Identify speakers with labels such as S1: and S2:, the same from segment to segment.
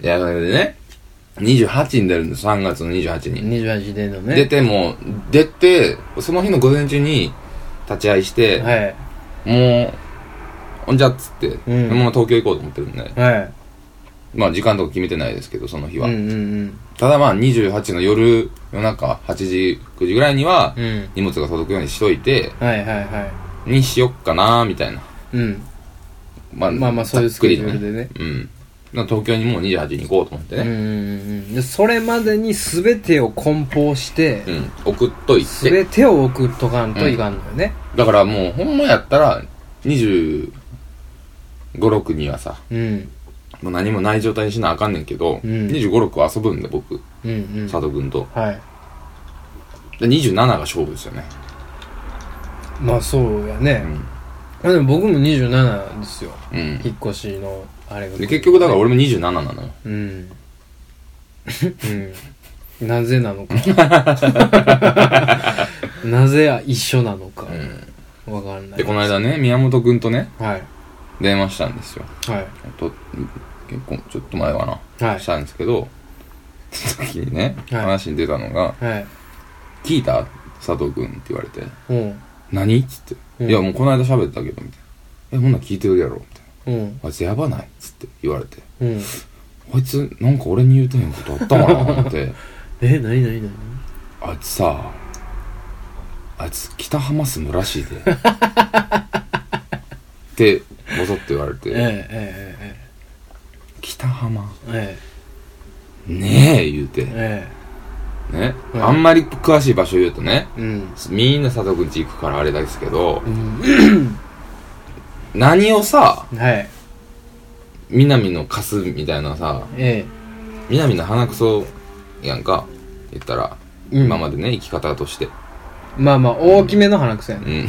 S1: いや、それでね、28に出るんです、3月の28に。
S2: 28でのね
S1: 出ても、出て、その日の午前中に立ち会いして、
S2: はい
S1: もう、ほんじゃっつって、
S2: うん
S1: そのまま東京行こうと思ってるんで、
S2: はい
S1: まあ時間とか決めてないですけど、その日
S2: う
S1: は。
S2: んうん
S1: ただまあ28の夜、夜中8時、9時ぐらいには
S2: うんう、ん
S1: 荷物が届くようにしといて、
S2: はいはいは
S1: にしよっかなみたいな。
S2: いうん
S1: ま
S2: まあまあそういうスケジュールでね
S1: ざっくりねうん。東京にもう28に行こうと思って
S2: うんう
S1: ね。
S2: んうんでそれまでに全てを梱包して
S1: うん。送っといて。
S2: 全てを送っとかんといかんのよね
S1: だからもう、ほんまやったら、25、6にはさ、
S2: うん
S1: もう何もない状態にしなあかんねんけど、
S2: うん
S1: 25、6は遊ぶんで、僕、
S2: うんうん
S1: 佐藤君と。
S2: はい
S1: で、27が勝負ですよね。
S2: まあそうやね
S1: う、ん。
S2: まあでも僕も27ですよ
S1: うん。
S2: 引っ越しのあれが
S1: で、結局だから俺も27なのよ。
S2: うんうんなぜなの かなぜ一緒なのか
S1: うん。
S2: わかんない
S1: で、この間ね、宮本君とね、
S2: はい
S1: 電話したんですよ。
S2: は
S1: と結構、ちょっと前かな。
S2: いは
S1: したんですけど、その時にね、
S2: はい
S1: 話に出たのが、
S2: いはい
S1: 聞いた佐藤君って言われて、
S2: うん
S1: 何っつって、
S2: うん
S1: いや、もうこの間喋ったけど、みたいな。え、ほんなん聞いてるやろみたい
S2: うん
S1: な。あいつやばないっつって言われて。
S2: うん
S1: あいつ、なんか俺に言うてへんことあったかなと思って、
S2: え何何何
S1: あいつさ、あいつ北浜住むらしいで。 って、ボソッと言われ
S2: え
S1: て、
S2: ええ
S1: 北浜
S2: ええ
S1: ねえ言うて、
S2: ええ
S1: ね。
S2: うん
S1: あんまり詳しい場所言うとね、
S2: えうん
S1: みんな佐藤くんち行くからあれですけど
S2: う、ん
S1: 何をさ、
S2: はい
S1: 南のカスみたいなさ、
S2: え
S1: 南の鼻くそやんか、言ったら、
S2: うん
S1: 今までね、生き方として。
S2: えまあまあ大きめの鼻くせや
S1: う
S2: ね
S1: ん。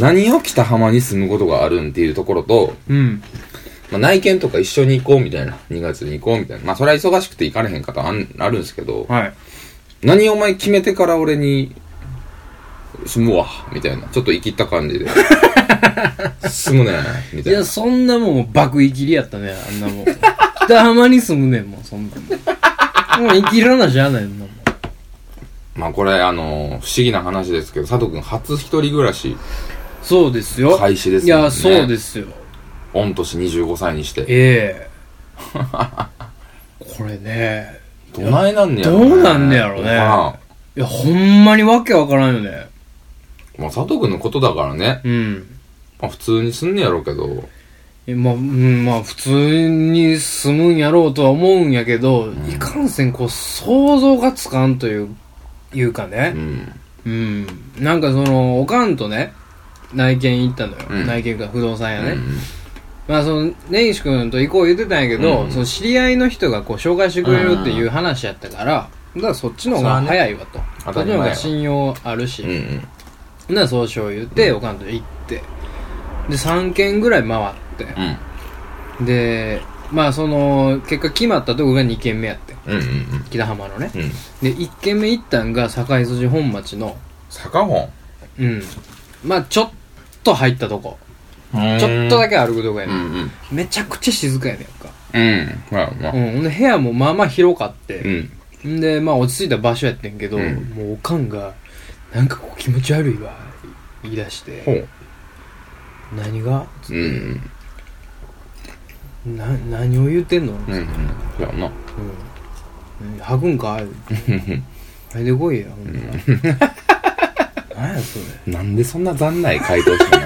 S1: 何を北浜に住むことがあるんっていうところと、
S2: うん
S1: まあ、内見とか一緒に行こうみたいな、2月に行こうみたいな。まあ、それは忙しくて行かれへん方あんあるんですけど、
S2: はい
S1: 何お前決めてから俺に、住むわ、みたいな。ちょっと生きった感 じで。住むね、み
S2: い
S1: たいな。
S2: や、そんなもん、爆生きりやったね、あん なもん。北浜に住むねん、もう、そんなもん。もう生きらなしゃあないんだもん。
S1: まあこれあのー不思議な話ですけど佐藤君初一人暮らし
S2: そうですよ。
S1: 開始です
S2: い
S1: もんね
S2: や、そうですよ。
S1: 御年25歳にして
S2: ええこれね、
S1: どないなんねや
S2: どうなんねやろね
S1: ま
S2: いや、ほんまにわけわからんよね。
S1: あ、まあ、佐藤君のことだからね、
S2: うん。
S1: まあ、普通にすんねやろうけど
S2: えまあ、うん、まあ、普通に住むんやろうとは思うんやけど、
S1: ん
S2: いかんせん、こう、想像がつかんという、いうかね。
S1: うん
S2: うん。なんかその、おかんとね、内見行ったのよ。
S1: うん
S2: 内見か不動産屋ね。
S1: うん
S2: まあその、根岸君と行こう言ってたんやけど、
S1: うん
S2: その知り合いの人がこう紹介してくれるっていう話やったから、だからそっちの方が早いわと。そ
S1: 当
S2: ったち
S1: り
S2: の
S1: 前
S2: 方が
S1: や
S2: 信用あるし。
S1: うんうん
S2: な、そうしよう言って、おかんと行って。で、3軒ぐらい回って。
S1: うん
S2: で、まあその、結果決まったとこが2軒目やって。
S1: うんうん
S2: 北浜のね。
S1: うんうん
S2: で、1軒目行ったんが堺筋本町の、
S1: 坂本
S2: うん。まあちょっと入ったとこ。ち
S1: ち
S2: ょっとだ
S1: け
S2: け歩くとこや
S1: う
S2: ね、
S1: んうん
S2: めちゃくちゃ静かやねんか。
S1: うんまあまあ
S2: うん。ほんで部屋もまあまあ広かって。
S1: うん
S2: んで、まあ落ち着いた場所やってんけど、
S1: うん
S2: もうおかんが、なんかこう気持ち悪いわ、言い出し
S1: ほ
S2: て、
S1: う
S2: 何が
S1: うんうん
S2: な、何を言うてんの、
S1: うんうんそうやな
S2: うんうん吐くんか吐いてこいや、ほんなら。 何やそれ。
S1: なんでそんな残ない回答してんの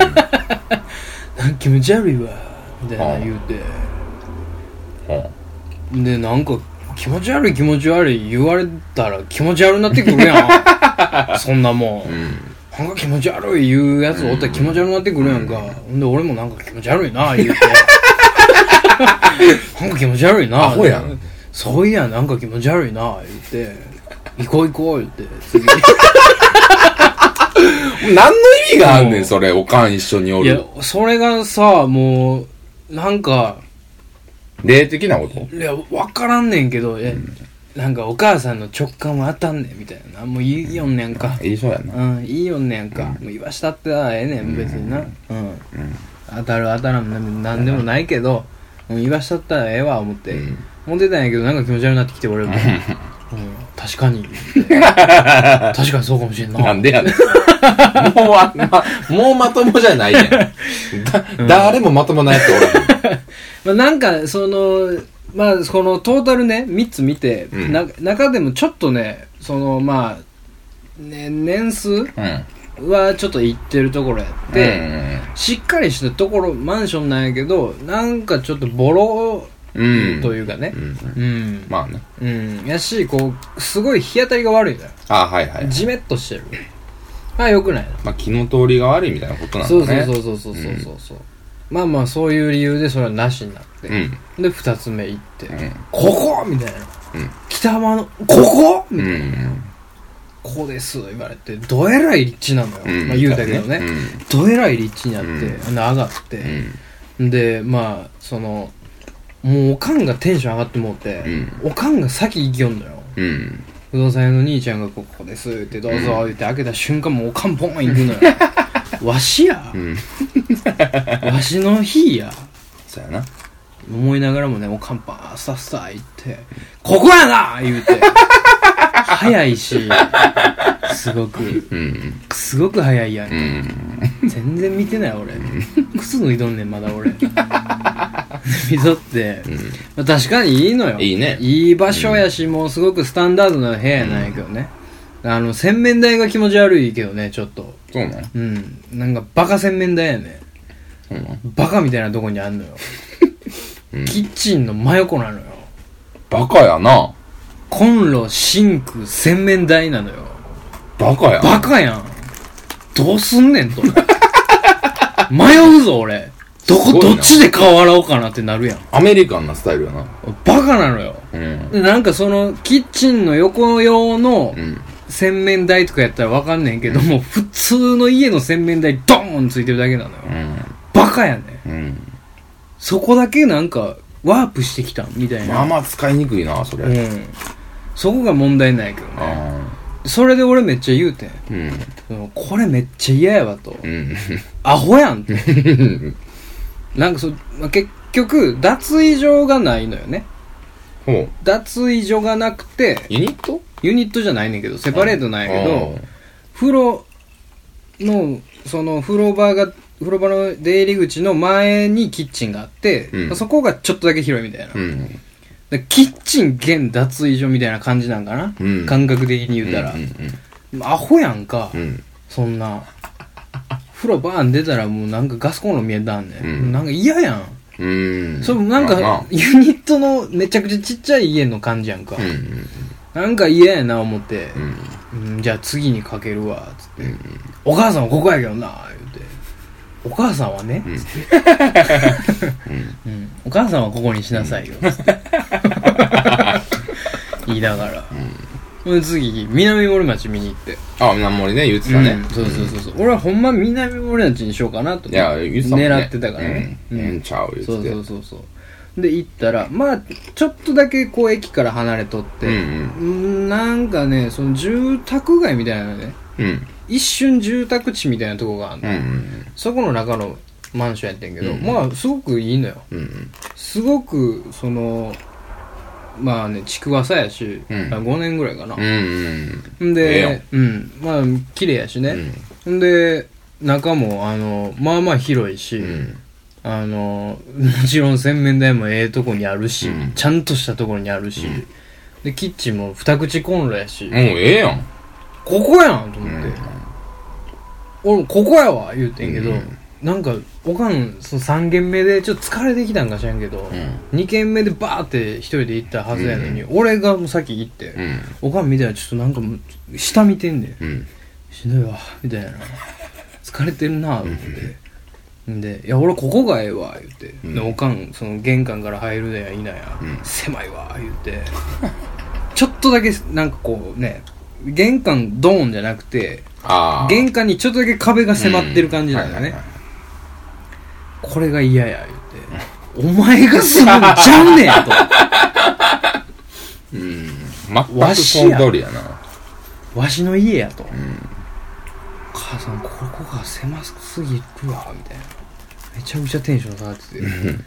S2: なんか気持ち悪いわ、みたいな言うて。
S1: ほ
S2: で、なんか、気持ち悪い気持ち悪い言われたら気持ち悪くなってくるや ん。そんなもん
S1: うう。ん
S2: なんか気持ち悪い言うやつおったら気持ち悪くなってくるやんか。ほんで、俺もなんか気持ち悪いな、 言うて。なんか気持ち悪いな。
S1: アホやん。
S2: そういや、なんか気持ち悪いな、言って。行こう行こう、言 って。次
S1: 何の意味があんね
S2: うん
S1: んそれおかん一緒にお
S2: いや
S1: る、
S2: それがさ、もう、なんか、
S1: 霊的なこと
S2: いや、わからんねんけど、え、なんかお母さんの直感は当たんねん、みたいな。なんもういいよんねんか。
S1: いいそうやな
S2: うん、いいよんねやんか。もう言わしたってあええねん、別にな。うん。当たる当たらん、なんでもないけど、うもう言わしちゃったらええわ思って、
S1: うん
S2: 思ってたんやけどなんか気持ち悪くなってきて俺も、うん、確か に確かにそうかもしれんな
S1: なんでやねん。 もうわ、ま、もうまともじゃないやん。 だ、誰もまともなやつおらへん。
S2: まあ、なんかそのまあこのトータルね3つ見て、
S1: うん
S2: な中でもちょっとねそのまあ、ね、年数
S1: うん。
S2: はちょっと行ってるところやって、しっかりしたところマンションなんやけどなんかちょっとボロ
S1: うん、うん。
S2: といううかね
S1: ん。
S2: うん、
S1: まあね。
S2: うん、やしこうすごい日当たりが悪いんだよ
S1: あはいはい。
S2: じめっとしてるまあよくないな
S1: まあ、気の通りが悪いみたいなことなんだ
S2: そう
S1: ね。
S2: そうそうそうそうそうそうそうまあまあそういう理由でそれはなしになって、
S1: うん。
S2: で2つ目行って、
S1: うん。
S2: ここみたいな、
S1: うん
S2: 北浜の「ここ
S1: うん。
S2: ここです」言われてどえらい立地なのよ、
S1: うん。
S2: まあ、言うたけどね、どえらい立地にあって、
S1: う
S2: あの上がっ
S1: う
S2: て、
S1: ん。
S2: でまあそのもうおかんがテンション上がってもうて、おかんが先行きよんのよ
S1: うん。うん。
S2: 不動産屋の兄ちゃんが「ここです」って「どうぞ」言って開けた瞬間もうおかんポン行くのよわしや
S1: うん。
S2: わしの日や
S1: そうやな。
S2: 思いながらもね、もうカンパーさっさ行って、ここやな言うて。早いし、すごく、
S1: うん。
S2: すごく早いや。
S1: うんん。
S2: 全然見てない俺。靴脱いどんねん、まだ俺。 見とって、まあ確かにいいのよ。
S1: いいね
S2: いい場所やし、もうすごくスタンダードな部屋なんやけどね。あの、洗面台が気持ち悪いけどね、ちょっと。
S1: そうなん
S2: うん。なんかバカ洗面台やね。
S1: そうなん
S2: バカみたいなとこにあんのよ。
S1: うん
S2: キッチンの真横なのよ。
S1: バカやな。
S2: コンロ、シンク、洗面台なのよ。
S1: バカや。
S2: バカやん。どうすんねんと。迷うぞ、俺。ど
S1: す
S2: こ、
S1: ごい
S2: ど
S1: な
S2: っちで顔洗おうかなってなるやん。
S1: アメリカンなスタイルやな。
S2: バカなのよ。
S1: うん。
S2: でなんかその、キッチンの横用の
S1: うん。
S2: 洗面台とかやったらわかんねんけども、普通の家の洗面台ドーンついてるだけなのよ。
S1: うん。
S2: バカやねん。
S1: うん。
S2: そこだけなんか、ワープしてきたみたいな。
S1: まあまあ使いにくいな、それ。
S2: う
S1: うん。
S2: ん。そこが問題ないけどね。それで俺めっちゃ言うてん。
S1: うん。
S2: そのこれめっちゃ嫌やわと。
S1: うん。
S2: アホやんって。なんかそう、まあ結局、脱衣所がないのよね。
S1: ほう。
S2: 脱衣所がなくて、
S1: ユニット
S2: ユニットじゃないねんけど、セパレートなんやけ
S1: う
S2: ど
S1: ん、
S2: 風呂の、その風呂場が、風呂場の出入り口の前にキッチンがあって、
S1: うん
S2: まあそこがちょっとだけ広いみたいな。
S1: うん。
S2: でキッチン兼脱衣所みたいな感じなんかな、
S1: うん
S2: 感覚的に言うたら
S1: うん。うん
S2: アホやんか、
S1: うん。
S2: そんな。風呂バーン出たらもうなんかガスコンロ見えたんね、
S1: うん
S2: なんか嫌やん。
S1: うん。うん。
S2: そう、なん
S1: まあ
S2: か、ユニットのめちゃくちゃちっちゃい家の感じやんか。
S1: なうん。
S2: なんか嫌やな思って、
S1: うん。
S2: うん、じゃあ次にかけるわ、つって、お母さんはここやけどな、言うて。お母さんはね、つって、うんお母さんはここにしなさいよ、つって。言いながら。ほんで次、南森町見に行って。
S1: あ、南森ね、言ってたね
S2: うん。そうそうそうそう、俺はほんま南森町にしようかなと思っ
S1: い
S2: て。
S1: や、言ってたもんね。
S2: 狙ってたからね。
S1: うん。
S2: うん
S1: ええんちゃう、言ってて。
S2: そうそうそうそうで行ったらまあちょっとだけこう駅から離れとって、
S1: うん
S2: うんなんかねその住宅街みたいなのね
S1: うん。
S2: 一瞬住宅地みたいなとこがある
S1: うん。うん。
S2: そこの中のマンションやってんけど、
S1: うん
S2: まあすごくいいのよ
S1: うん。
S2: すごくそのまあね築浅やし、
S1: うん
S2: あ5年ぐらいかな
S1: うん。う、ん。
S2: ん、
S1: ええ
S2: で、
S1: やん
S2: うんまあ綺麗やし
S1: う
S2: ね、
S1: ん
S2: ん、で中もあのまあまあ広いし、
S1: うん。
S2: あのもちろん洗面台もええとこにあるし、
S1: うん
S2: ちゃんとしたところにあるし、
S1: うん
S2: でキッチンも二口コンロやし、
S1: もうええやん。
S2: ここやんと
S1: う
S2: 思って、
S1: ん。
S2: 俺ここやわ言うてんけど、
S1: うん
S2: なんかおかんその3軒目でちょっと疲れてきたんか知らんけど、
S1: うん
S2: 2軒目でバーって一人で行ったはずやのに、俺がもう先行って、
S1: うん。
S2: おかん見たらちょっとなんかもう下見てんねん
S1: うん。
S2: しんどいわみたいな疲れてるなと思ってんで「いや俺ここがええわ」言って、
S1: うん
S2: でおかんその玄関から入るやいなや、
S1: うん
S2: 狭いわ言ってちょっとだけなんかこうね玄関ドーンじゃなくて
S1: ああ。
S2: 玄関にちょっとだけ壁が迫ってる感じなんだよね、
S1: うんはいはいはい
S2: これが嫌や言って「お前がするんちゃうねん」
S1: うん。全くその通りやな。
S2: と「わしの家や」と
S1: うん。
S2: 「母さんここが狭すぎるわ」みたいなめちゃくちゃテンション下がってて
S1: うん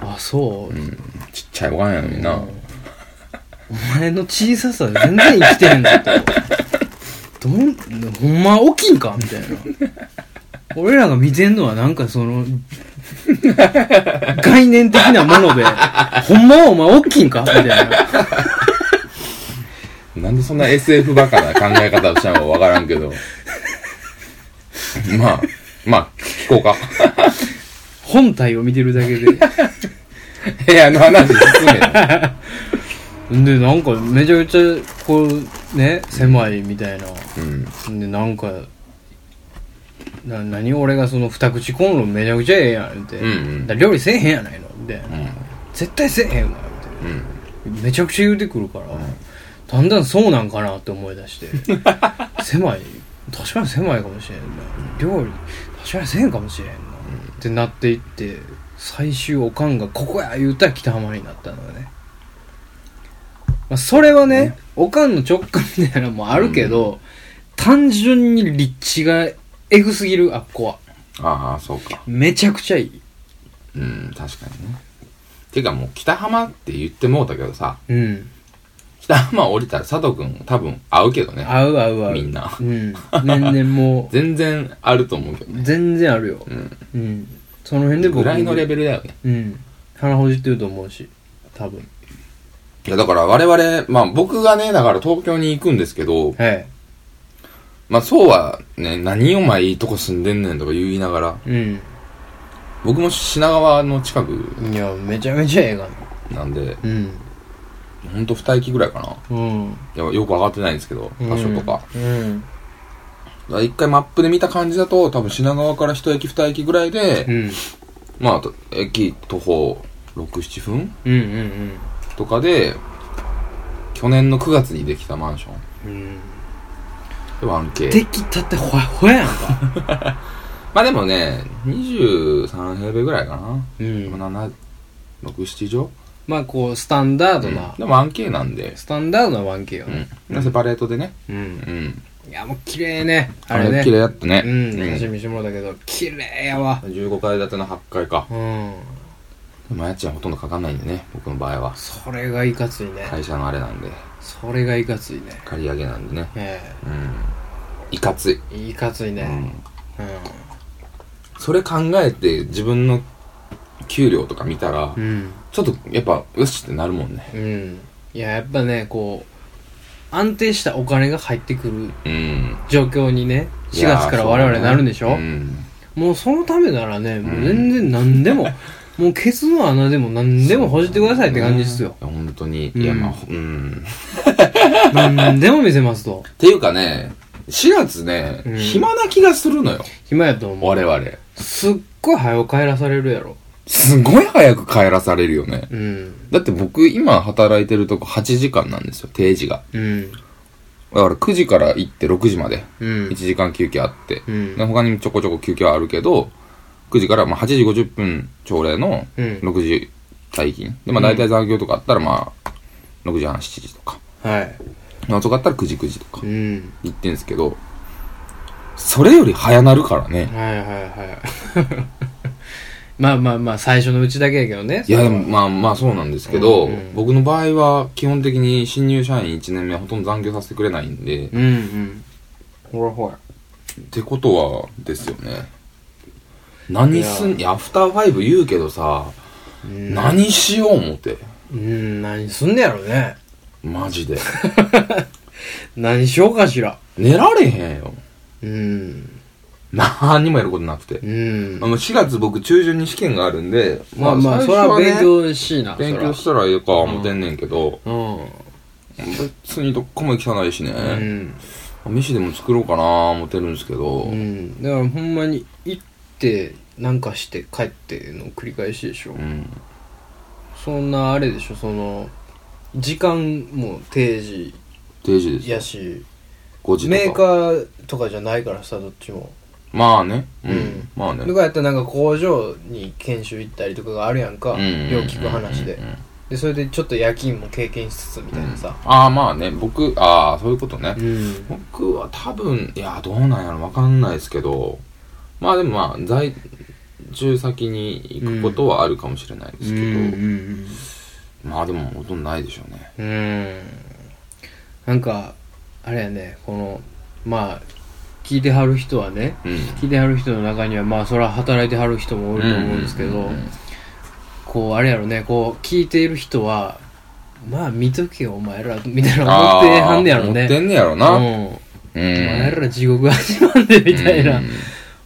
S2: あそう、
S1: うん、ちっちゃいおかんやのにな。
S2: お前の小ささで全然生きてへんなとどんほんま大きいんかみたいな俺らが見てんのはなんかそ の概念的なものでほんまはお前大きいんかみたいな
S1: なんでそんな SF バカな考え方をしたのかわからんけど。まあ、まあ、聞こうか。
S2: 本体を見てるだけで
S1: 部屋の話進めよ。
S2: でなんかめちゃめちゃこうね狭いみたいな、
S1: うん。
S2: でなんかな何俺がその二口コンロめちゃくちゃええやん言うて、
S1: うんうん
S2: だから料理せえへんやないのみたいな、
S1: うん。
S2: 絶対せえへんわ
S1: うん。
S2: みたいなめちゃくちゃ言うてくるから、だんだんそうなんかなって思い出して 狭い確かに狭いかもしれんな料理確かにせえへんかもしれんな、ってなっていって最終おかんが「ここや!」言うたら北浜になったのよね、まあ、それはねおかんの直感みたいなのもあるけど、単純に立地がエグすぎるあっこは
S1: ああ、そうか。
S2: めちゃくちゃいい
S1: うん、確かにね。てかもう、北浜って言ってもうたけどさ、
S2: うん
S1: 北浜降りたら佐藤くん多分会うけどね。
S2: 合う合う合う
S1: みんな
S2: うん全然もう
S1: 全然あると思うけどね。
S2: 全然あるよ
S1: うん。
S2: うんその辺で僕
S1: ぐらいのレベルだよね。
S2: うん鼻ほじってると思うし多分
S1: いや、だから我々、まあ僕がね、だから東京に行くんですけど、
S2: はい
S1: まあそうはね、何お前いいとこ住んでんねんとか言いながら、
S2: うん
S1: 僕も品川の近く
S2: いやめちゃめちゃええがな
S1: なんで、
S2: うん
S1: ほんと二駅ぐらいかな。
S2: うん
S1: いやよく上がってないんですけど、場所とか。
S2: うん
S1: だから一回マップで見た感じだと、多分品川から一駅二駅ぐらいで、
S2: うん
S1: まああと、駅徒歩6、7分
S2: うんうん
S1: とかで、去年の9月にできたマンション。
S2: うん
S1: で、1K。
S2: できたってほやほややんか
S1: まあでもね、23平米ぐらいかな。
S2: う
S1: 今
S2: ん
S1: 7、6、7
S2: まあこうスタンダード
S1: 畳、
S2: な
S1: でも 1K なんで、
S2: スタンダードな 1K よね
S1: うん。セパレートでね。
S2: うん
S1: うん。
S2: いやもう綺麗ねあ
S1: あ
S2: れ
S1: れ
S2: ね
S1: 綺麗だったね。
S2: うん写真見してもらったけど綺麗やわ
S1: 15階建ての8階か。
S2: うん
S1: でも家賃はほとんどかかんないんでね、僕の場合は。
S2: それがいかついね
S1: 会社のあれなんで、
S2: それがいかついね
S1: 借り上げなんでね。
S2: ええ
S1: うん。いかつい。
S2: いかついうね。
S1: ん。
S2: う
S1: それ考えて自分の給料とか見たら、
S2: ん。
S1: ちょっとやっぱ、よしってなるもんね。
S2: うん。いや、やっぱね、こう、安定したお金が入ってくる
S1: うん。
S2: 状況にね、
S1: い
S2: 4
S1: やー
S2: 月から我々なるんでし
S1: そう
S2: ょ
S1: だねうん。
S2: もうそのためならね、もううん全然 何でも、もうケツの穴でも何でもほじってくださいって感じですよ。
S1: いや本当に。
S2: うん
S1: いや、まあ、うん。
S2: 何でも見せますと。
S1: っていうかね、4月ね、
S2: うん
S1: 暇な気がするのよ。
S2: 暇やと思う。
S1: 我々。
S2: すっごい早く帰らされるやろ。
S1: すごい早く帰らされるよね。
S2: うん。
S1: だって僕今働いてるとこ8時間なんですよ、定時が。
S2: うん。
S1: だから9時から行って6時まで。
S2: う
S1: 1
S2: ん。
S1: 時間休憩あって。
S2: うん
S1: で他にもちょこちょこ休憩はあるけど、9時からまあ8時50分朝礼の
S2: うん
S1: 6時退勤。で、まあ大体残業とかあったらまあ6時半7時とか。
S2: はい。
S1: 遅かったら9時9時とか
S2: うん。
S1: 行ってんですけど、それより早なるからね。
S2: はいはいはい。 まあまあまあ、最初のうちだけやけどね。
S1: いや、
S2: それ
S1: で
S2: は
S1: もまあまあそうなんですけど、
S2: うんうん
S1: 僕の場合は基本的に新入社員1年目はほとんど残業させてくれないんで、
S2: うんうん。ほらほら。
S1: ってことはですよね何すんいやアフターファイブ言うけどさ、
S2: うん
S1: 何しよう思て
S2: うん、何すんねやろね。
S1: マジで
S2: 何しようかしら。
S1: 寝られへんよ
S2: うん。
S1: 何にもやることなくて
S2: う、ん
S1: あ。の4月僕中旬に試験があるんで
S2: まあまあ、そ
S1: 最
S2: れ
S1: 初
S2: は
S1: ね
S2: 勉強しいな。
S1: 勉強
S2: そ
S1: したらええか思てんねんけど、
S2: らうん。
S1: 別にどっこも行きたないしね、
S2: うん。
S1: 飯でも作ろうかな思てるんですけど、
S2: う
S1: うん
S2: ん。だからほんまに、行って、なんかして、帰っての繰り返しでしょ。そんなあれでしょ、その、時間も定時
S1: 定時ですよ
S2: やし、
S1: 5時とか
S2: メーカーとかじゃないからさ、どっちも。
S1: まあねうん、
S2: うん
S1: まあ
S2: と
S1: ね
S2: かやったらなんか工場に研修行ったりとかがあるやんか、
S1: うんうんうんうん
S2: よう聞く話ででそれでちょっと夜勤も経験しつつみたいなさ
S1: ああまあね僕ああそういうことね、
S2: うん
S1: 僕は多分いやどうなんやろわかんないですけどまあでもまあ在中先に行くことはあるかもしれないですけど、
S2: うん
S1: まあでもほとんどないでしょうね
S2: うんうんなんかあれやねこのまあ聞いてはる人はね
S1: うん
S2: 聞いてはる人の中にはまあそれは働いてはる人もおると思うんですけど、
S1: ううん
S2: こうあれやろねこう聞いている人はまあ見とけよお前らみたいな
S1: あ
S2: 思
S1: ー
S2: ってはんねやろ
S1: 思って
S2: ね
S1: んねやろな、う
S2: う
S1: ん
S2: んお前ら地獄始まんでみたいな、
S1: うん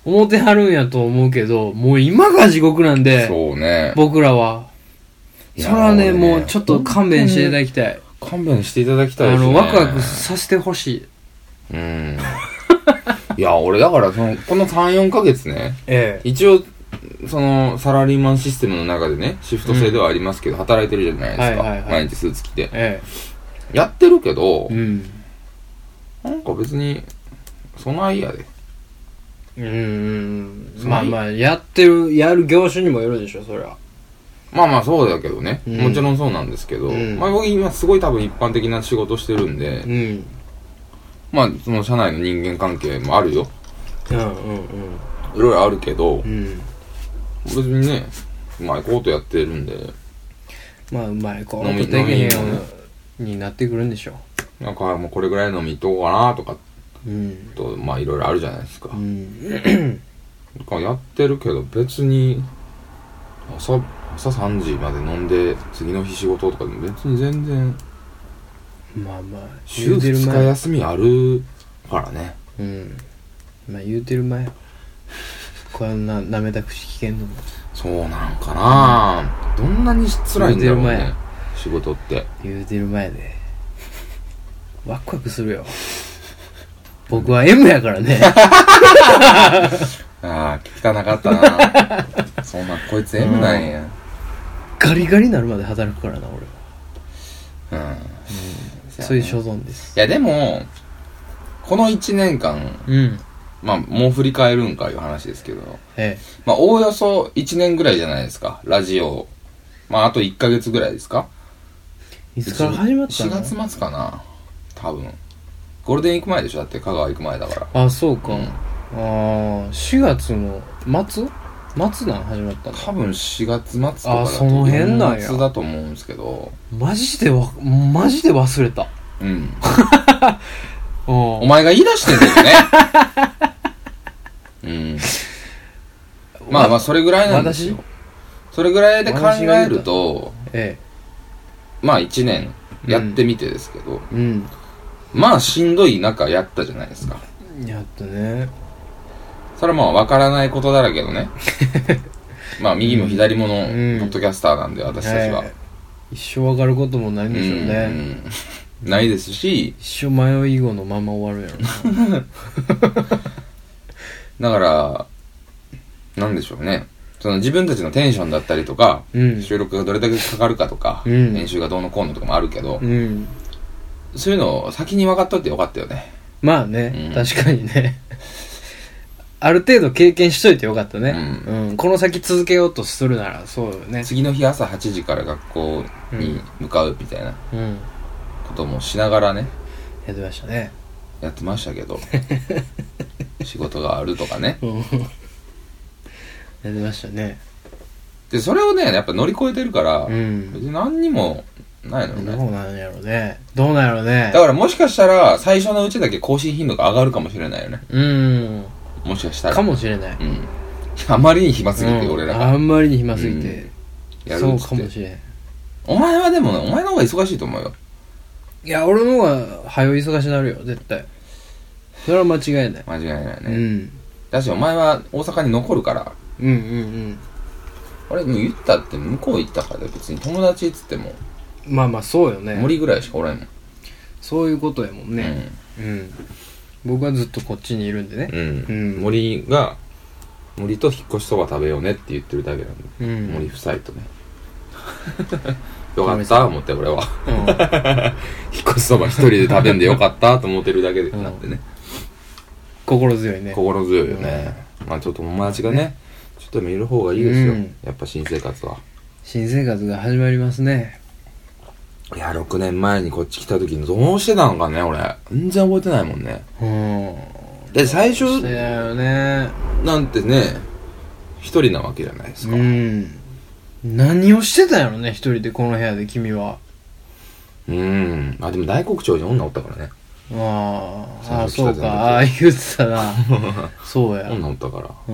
S2: 思ってはるんやと思うけどもう今が地獄なんで
S1: そうね
S2: 僕らはい
S1: や
S2: それはね
S1: 俺ね
S2: もうちょっと勘弁していただきたい、
S1: 勘弁していただきたい
S2: あ
S1: ですね
S2: のワクワクさせてほしい
S1: うん いや俺だからそのこの34ヶ月ね
S2: え
S1: 一応そのサラリーマンシステムの中でねシフト制ではありますけど、働いてるじゃないですか、
S2: はいはいはい
S1: 毎日スーツ着て
S2: え
S1: やってるけど、
S2: えうん
S1: なんか別にそないやで
S2: うんうんうんまあまあやってるやる業種にもよるでしょそりゃ
S1: まあまあそうだけどね、
S2: うん
S1: もちろんそうなんですけど、
S2: うん
S1: まあ僕今すごい多分一般的な仕事してるんで、
S2: うんうん
S1: まあその社内の人間関係もあるよ
S2: うん
S1: いろいろあるけど、
S2: うんうん
S1: 別にねうまいことやってるんで
S2: まあうまいこと
S1: 飲み
S2: できへんよ
S1: 飲みもね
S2: うになってくるんでしょ
S1: なんかもうこれぐらいの見とこうかなとか
S2: うん
S1: とまあいろいろあるじゃないですか、
S2: うん
S1: なんかやってるけど別に朝朝3時まで飲んで次の日仕事とかでも別に全然
S2: まあまあ
S1: 週
S2: てる
S1: 2日休みあるからね
S2: うんまあ言うてる前こんななめた口聞けんのも
S1: そうなんかなどんなに辛いんだろう
S2: 寝てる前
S1: ね仕事って
S2: 言うてる前でワクワクするよ僕は M やからね
S1: ああ聞きたなかったな そんなこいつ M なんや
S2: ガリガリになるまで働くからな俺は
S1: うん、
S2: そういう
S1: い
S2: 所存です
S1: やでもこの1年間
S2: うん
S1: まあもう振り返るんかいう話ですけど
S2: え
S1: まあ、おおよそ1年ぐらいじゃないですか、ラジオ。まあ、あと1ヶ月ぐらいですか
S2: えいつから始まった
S1: ?4
S2: の
S1: 月末かな多分。ゴールデン行く前でしょだって香川行く前だから。
S2: あそうか、
S1: うん
S2: ああ4月の末末なん始まったの
S1: 多分4月末とかだと
S2: あその辺なんや
S1: 4月だと思うんですけど。
S2: マジでわマジで忘れた
S1: うん。お
S2: お
S1: 前が言い出してんだ よね。うん。まあまあ、それぐらいなんですよ。それぐらいで考えると、
S2: え
S1: まあ1年やってみてですけど、
S2: えうん
S1: まあしんどい中やったじゃないですか。
S2: やっとね
S1: それはまあ分からないことだらけど ねまあ右も左ものポ
S2: ん
S1: ッドキャスターなんで私たちは、
S2: ええ一生わかることもないんでしょうね、
S1: うんないですし
S2: 一生迷い子のまま終わるやろな
S1: だからなんでしょうねその自分たちのテンションだったりとか、
S2: うん
S1: 収録がどれだけかかるかとか、
S2: うん
S1: 練習がどうのこ うのとかもあるけど、
S2: うん
S1: そういうのを先に分かっとってよかったよね
S2: まあ
S1: う
S2: ね、
S1: ん
S2: 確かにねある程度経験しといてよかったね、
S1: う
S2: うんこの先続けようとするならそうよね
S1: 次の日朝8時から学校に向かうみたいな
S2: うん
S1: こともしながらね
S2: やってまし たね
S1: やってましたけ ど仕事があるとかね
S2: うんやってましたね
S1: でそれをねやっぱ乗り越えてるから、
S2: うん
S1: 別に何にもないの
S2: どう
S1: よね。
S2: なんやろねどうなんやろね
S1: だからもしかしたら、最初のうちだけ更新頻度が上がるかもしれないよね。
S2: うん
S1: もしかしたら。
S2: かもしれない
S1: うん。あまりに暇すぎて、
S2: うん
S1: 俺らが。
S2: あんまりに暇すぎて、
S1: や
S2: そ
S1: るっ
S2: う
S1: つ
S2: か
S1: っ
S2: も
S1: て。
S2: しれん
S1: お前はでもね、お前の方が忙しいと思うよ。
S2: いや、俺の方が、早い忙しになるよ、絶対。それは間違いない。
S1: 間違いないね。
S2: うん。
S1: だし、お前は大阪に残るから。
S2: うんうん
S1: 俺、もう言ったって向こう行ったから別に友達っつっても、
S2: うん。まあまあ、そうよね。
S1: 森ぐらいしかおらんもん。
S2: そういうことやもんね。うん。僕はずっとこっちにいるんでね
S1: う。ん。う
S2: うん
S1: ん。森が、森と引っ越しそば食べようねって言ってるだけなんで。
S2: うん。
S1: 森夫妻とねよかった思って俺は
S2: うん
S1: 引っ越しそば一人で食べんでよかったと思ってるだけでなんでね、
S2: 心強いね。
S1: 心強いよね、まあちょっと友達がねちょっと見る方がいいですよ、
S2: うん
S1: やっぱ新生活は
S2: 新生活が始まりますね。
S1: いや6年前にこっち来た時にどうしてたのかね俺全然覚えてないもんね
S2: うん。
S1: で最
S2: そう
S1: 初
S2: だよね。
S1: なんてね一人なわけじゃないですか、
S2: うん何をしてたんやろね一人でこの部屋で君は
S1: うん。あ、でも大黒町に女おったからね。
S2: あーあ
S1: そ
S2: ーそうう
S1: そう
S2: かああー言ってたな そうや
S1: 女おったから。
S2: う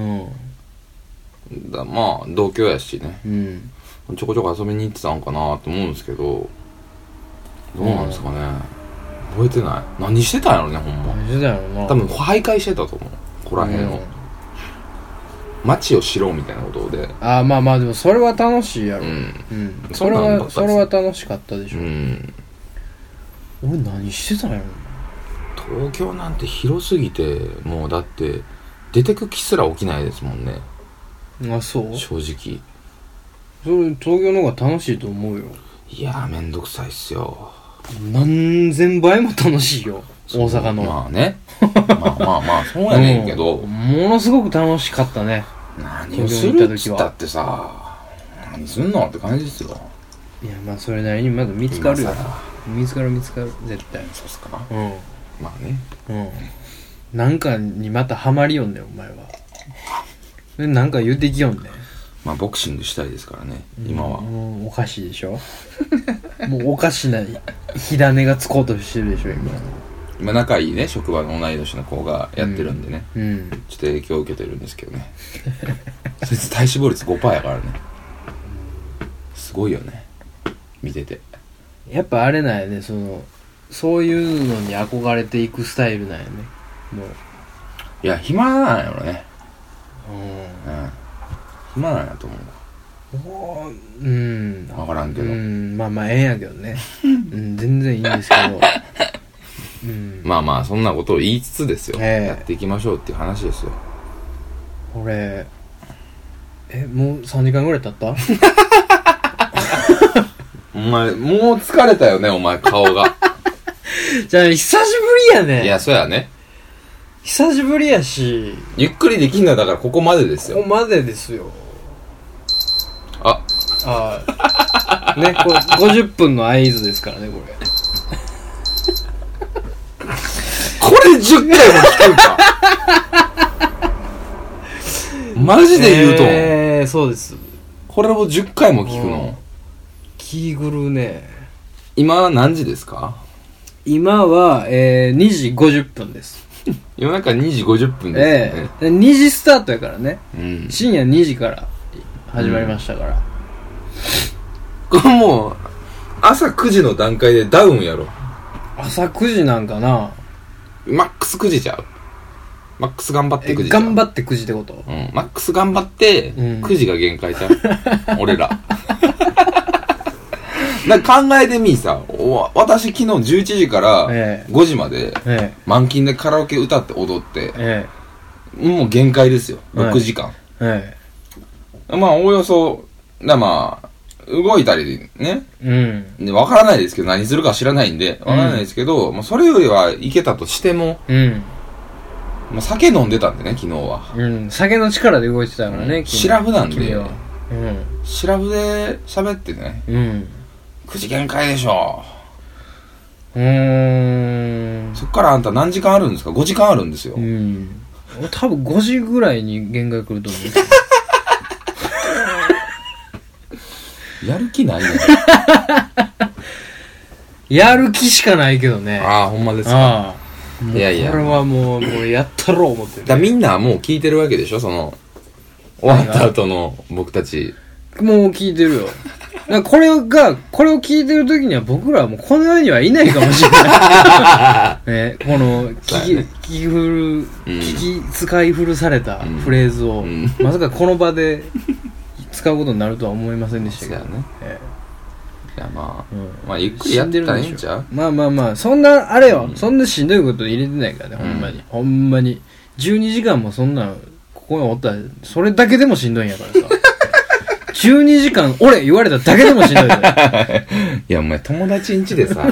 S2: ん
S1: だまあ、同居やしね。
S2: うん
S1: ちょこちょこ遊びに行ってたんかなと思うんですけど、どうなんですかね。覚えてない。何してたんやろね、ほんま。
S2: 何してたんやろな
S1: 多分、徘徊してたと思う。ここら辺
S2: う
S1: を
S2: ん。
S1: 街を知ろうみたいなことで。
S2: ああまあまあでもそれは楽しいや
S1: う
S2: ろ
S1: ん。
S2: うん
S1: そ
S2: そ
S1: ん
S2: れ
S1: なんばっ
S2: は
S1: か
S2: そ
S1: り
S2: れは楽しかったでし
S1: う
S2: ょ
S1: ん。
S2: 俺何してたんやろ
S1: 東京なんて広すぎて、もうだって、出てく気すら起きないですもんね。
S2: なあそう
S1: 正直。
S2: それ東京の方が楽しいと思うよ
S1: いやー、めんどくさいっすよ。
S2: 何千倍も楽しいよ大阪の、
S1: まあね。まあまあまあ、そうやねんけど
S2: う。ものすごく楽しかったね
S1: 何をするっつったってさ何すんのって感じですよ
S2: いやまあそれなりにまだ見つかるよ
S1: 今更
S2: 見つかる見つかる絶対
S1: そうっすか
S2: う
S1: まあね
S2: んうんなんかにまたハマりよんねんお前はでなんか言うてきよんねん
S1: まあボクシングしたいですからね今は、
S2: もうおかしいでしょ もうおかしな火種がつこうとしてるでしょ今
S1: 今仲いいね職場の同い年の子がやってるんでね、
S2: うん
S1: ちょっと影響を受けてるんですけどね そいつ体脂肪率5%やからねすごいよね見てて
S2: やっぱあれなんやねそのそういうのに憧れていくスタイルなんやねもう
S1: いや暇なんやろね
S2: う
S1: うん暇なんやと思
S2: んうん
S1: うわからんけ
S2: う
S1: ど、
S2: んまあまあええんやけ どね、うん、全然いいんですけどうん
S1: まあまあそんなことを言いつつですよ、
S2: ええ
S1: やっていきましょうっていう話ですよ
S2: 俺えもう3時間ぐらい経った
S1: お前、もう疲れたよね、お前、顔が。
S2: じゃあ久しぶりやね
S1: いや、そやね。
S2: 久しぶりやし
S1: ゆっくりできんのはだから、ここまでです
S2: ここ
S1: よ。
S2: までですよ
S1: あ、
S2: ああ ねこれ50分の合図ですからねこれ
S1: これ10回も聞く か。マジで言うとん、
S2: えー、そうです
S1: これを10回も聞くの。
S2: うん気狂うね
S1: 今、何時ですか
S2: 今は、えー、2時50分です
S1: 夜中2時50分ですよ
S2: え
S1: ね。
S2: え2時スタートやからね
S1: うん。
S2: 深夜2時から始まりましたから、
S1: これもう、朝9時の段階でダウンやろ。
S2: 朝9時なんかな
S1: マックス9時ちゃう。マックス頑張って
S2: え
S1: 9時ちゃう。
S2: 頑張って9時ってこと
S1: うん、マックス頑張って、
S2: うん
S1: 9時が限界じゃ ん。俺ら。 なんか考えてみいさ、お私昨日11時から
S2: ええ
S1: 5時まで
S2: え
S1: 満勤でカラオケ歌って踊って
S2: え、え
S1: もう限界ですよ。
S2: はい
S1: 6時間。
S2: ええ
S1: まあ、おおよそ、だまあ、動いたりね、
S2: えうん
S1: ねわからないですけど、何するか知らないんで、わからないですけど、まあ、それよりはいけたとしても、
S2: うん
S1: まあ、酒飲んでたんでね、昨日は。
S2: うん酒の力で動いてたからね、
S1: うん
S2: 君
S1: シラフなんで
S2: 君は
S1: 調べで喋ってね、
S2: うんうん
S1: 9時限界でしょ。
S2: うーん
S1: そっからあんた何時間あるんですか ?5 時間あるんですよ。
S2: うん俺多分5時ぐらいに限界来ると思う
S1: やる気 ないね。
S2: やる気しかないけどね
S1: ああ、ほんまですか。
S2: ああもう
S1: いやいや
S2: これはもうもうやったろう思って
S1: だ
S2: る
S1: みんなもう聞いてるわけでしょその、終わった後の僕たち。
S2: もう聞いてるよだからこれがこれを聞いてる時には僕らはもうこの世にはいないかもし れない、ね、この
S1: そう
S2: 聞
S1: やね
S2: き聞き古
S1: うん
S2: 聞き使い古された
S1: うん
S2: フレーズを、
S1: うん
S2: まさかこの場で使うことになるとは思いませんでしたけど、
S1: ね。
S2: え
S1: いや、ま
S2: えうん
S1: あ、まあ、ゆっくりやってたらいいんちゃう
S2: まあまあまあそんなあれよ、そんなしんどいこと入れてないからねほんまに、ほんまに12時間もそんなここにおったらそれだけでもしんどいんやからさ 12時間俺言われただけでもしんど いよ
S1: いや、お前友達ん家でさ、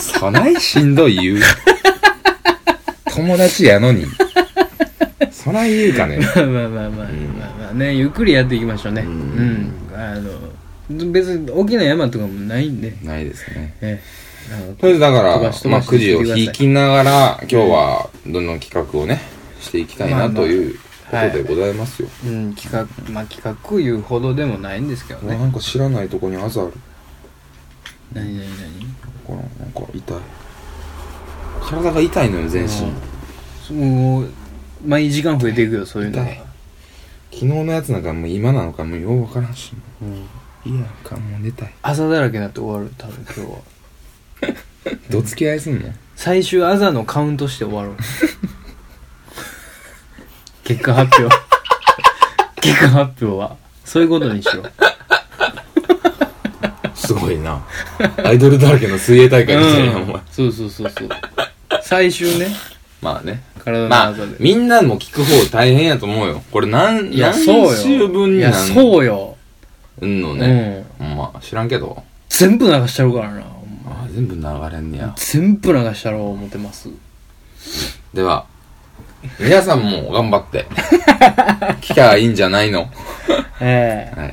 S1: そないしんどい言う。友達やのに。そない言うかね。
S2: まあまあまあまあ、まあまあねゆっくりやっていきましょうねう、
S1: うん
S2: あの別に大きな山とかもないんで
S1: ないですね。
S2: ええあの
S1: とりあえずだから、
S2: 飛ばし飛
S1: まあ、
S2: ばし
S1: くじを
S2: してください
S1: 引きながら、今日はどんどん企画をね、していきたいなということでございますよ、
S2: うん企画まあ企画言うほどでもないんですけど
S1: うわ
S2: ね
S1: なんか知らないとこにあざある
S2: 何何何
S1: このなんか痛い体が痛いのよ全身、
S2: うんそうもう毎時間増えていくよそういうのが
S1: 痛い昨日のやつなんかもう今なのかもうようわからんし
S2: うん
S1: いやかもう寝たい
S2: あざだらけになって終わる多分今日は
S1: どつき合いすんの
S2: 最終あざのカウントして終 わろう結果発表 結果発表はそういうことにしよう
S1: すごいなアイドルだらけの水泳大会みたいな、お前
S2: そうそうそうそう最終ね
S1: まあね
S2: 体の
S1: ま
S2: あ
S1: あ
S2: ざで、
S1: みんなも聞く方大変やと思うよ。これ何、何週分
S2: い
S1: になん
S2: やそうよ、
S1: うんの
S2: う
S1: ね。
S2: ん
S1: まあ、知らんけど。
S2: 全部流したろうからなほんま
S1: ああ、全部流れんねや。
S2: 全部流したろう思ってます
S1: では、皆さんも頑張 って。聞きゃいいんじゃないの。
S2: ええ
S1: は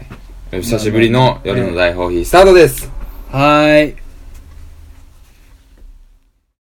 S1: い。久しぶりの夜の大放棄スタートです。
S2: はーい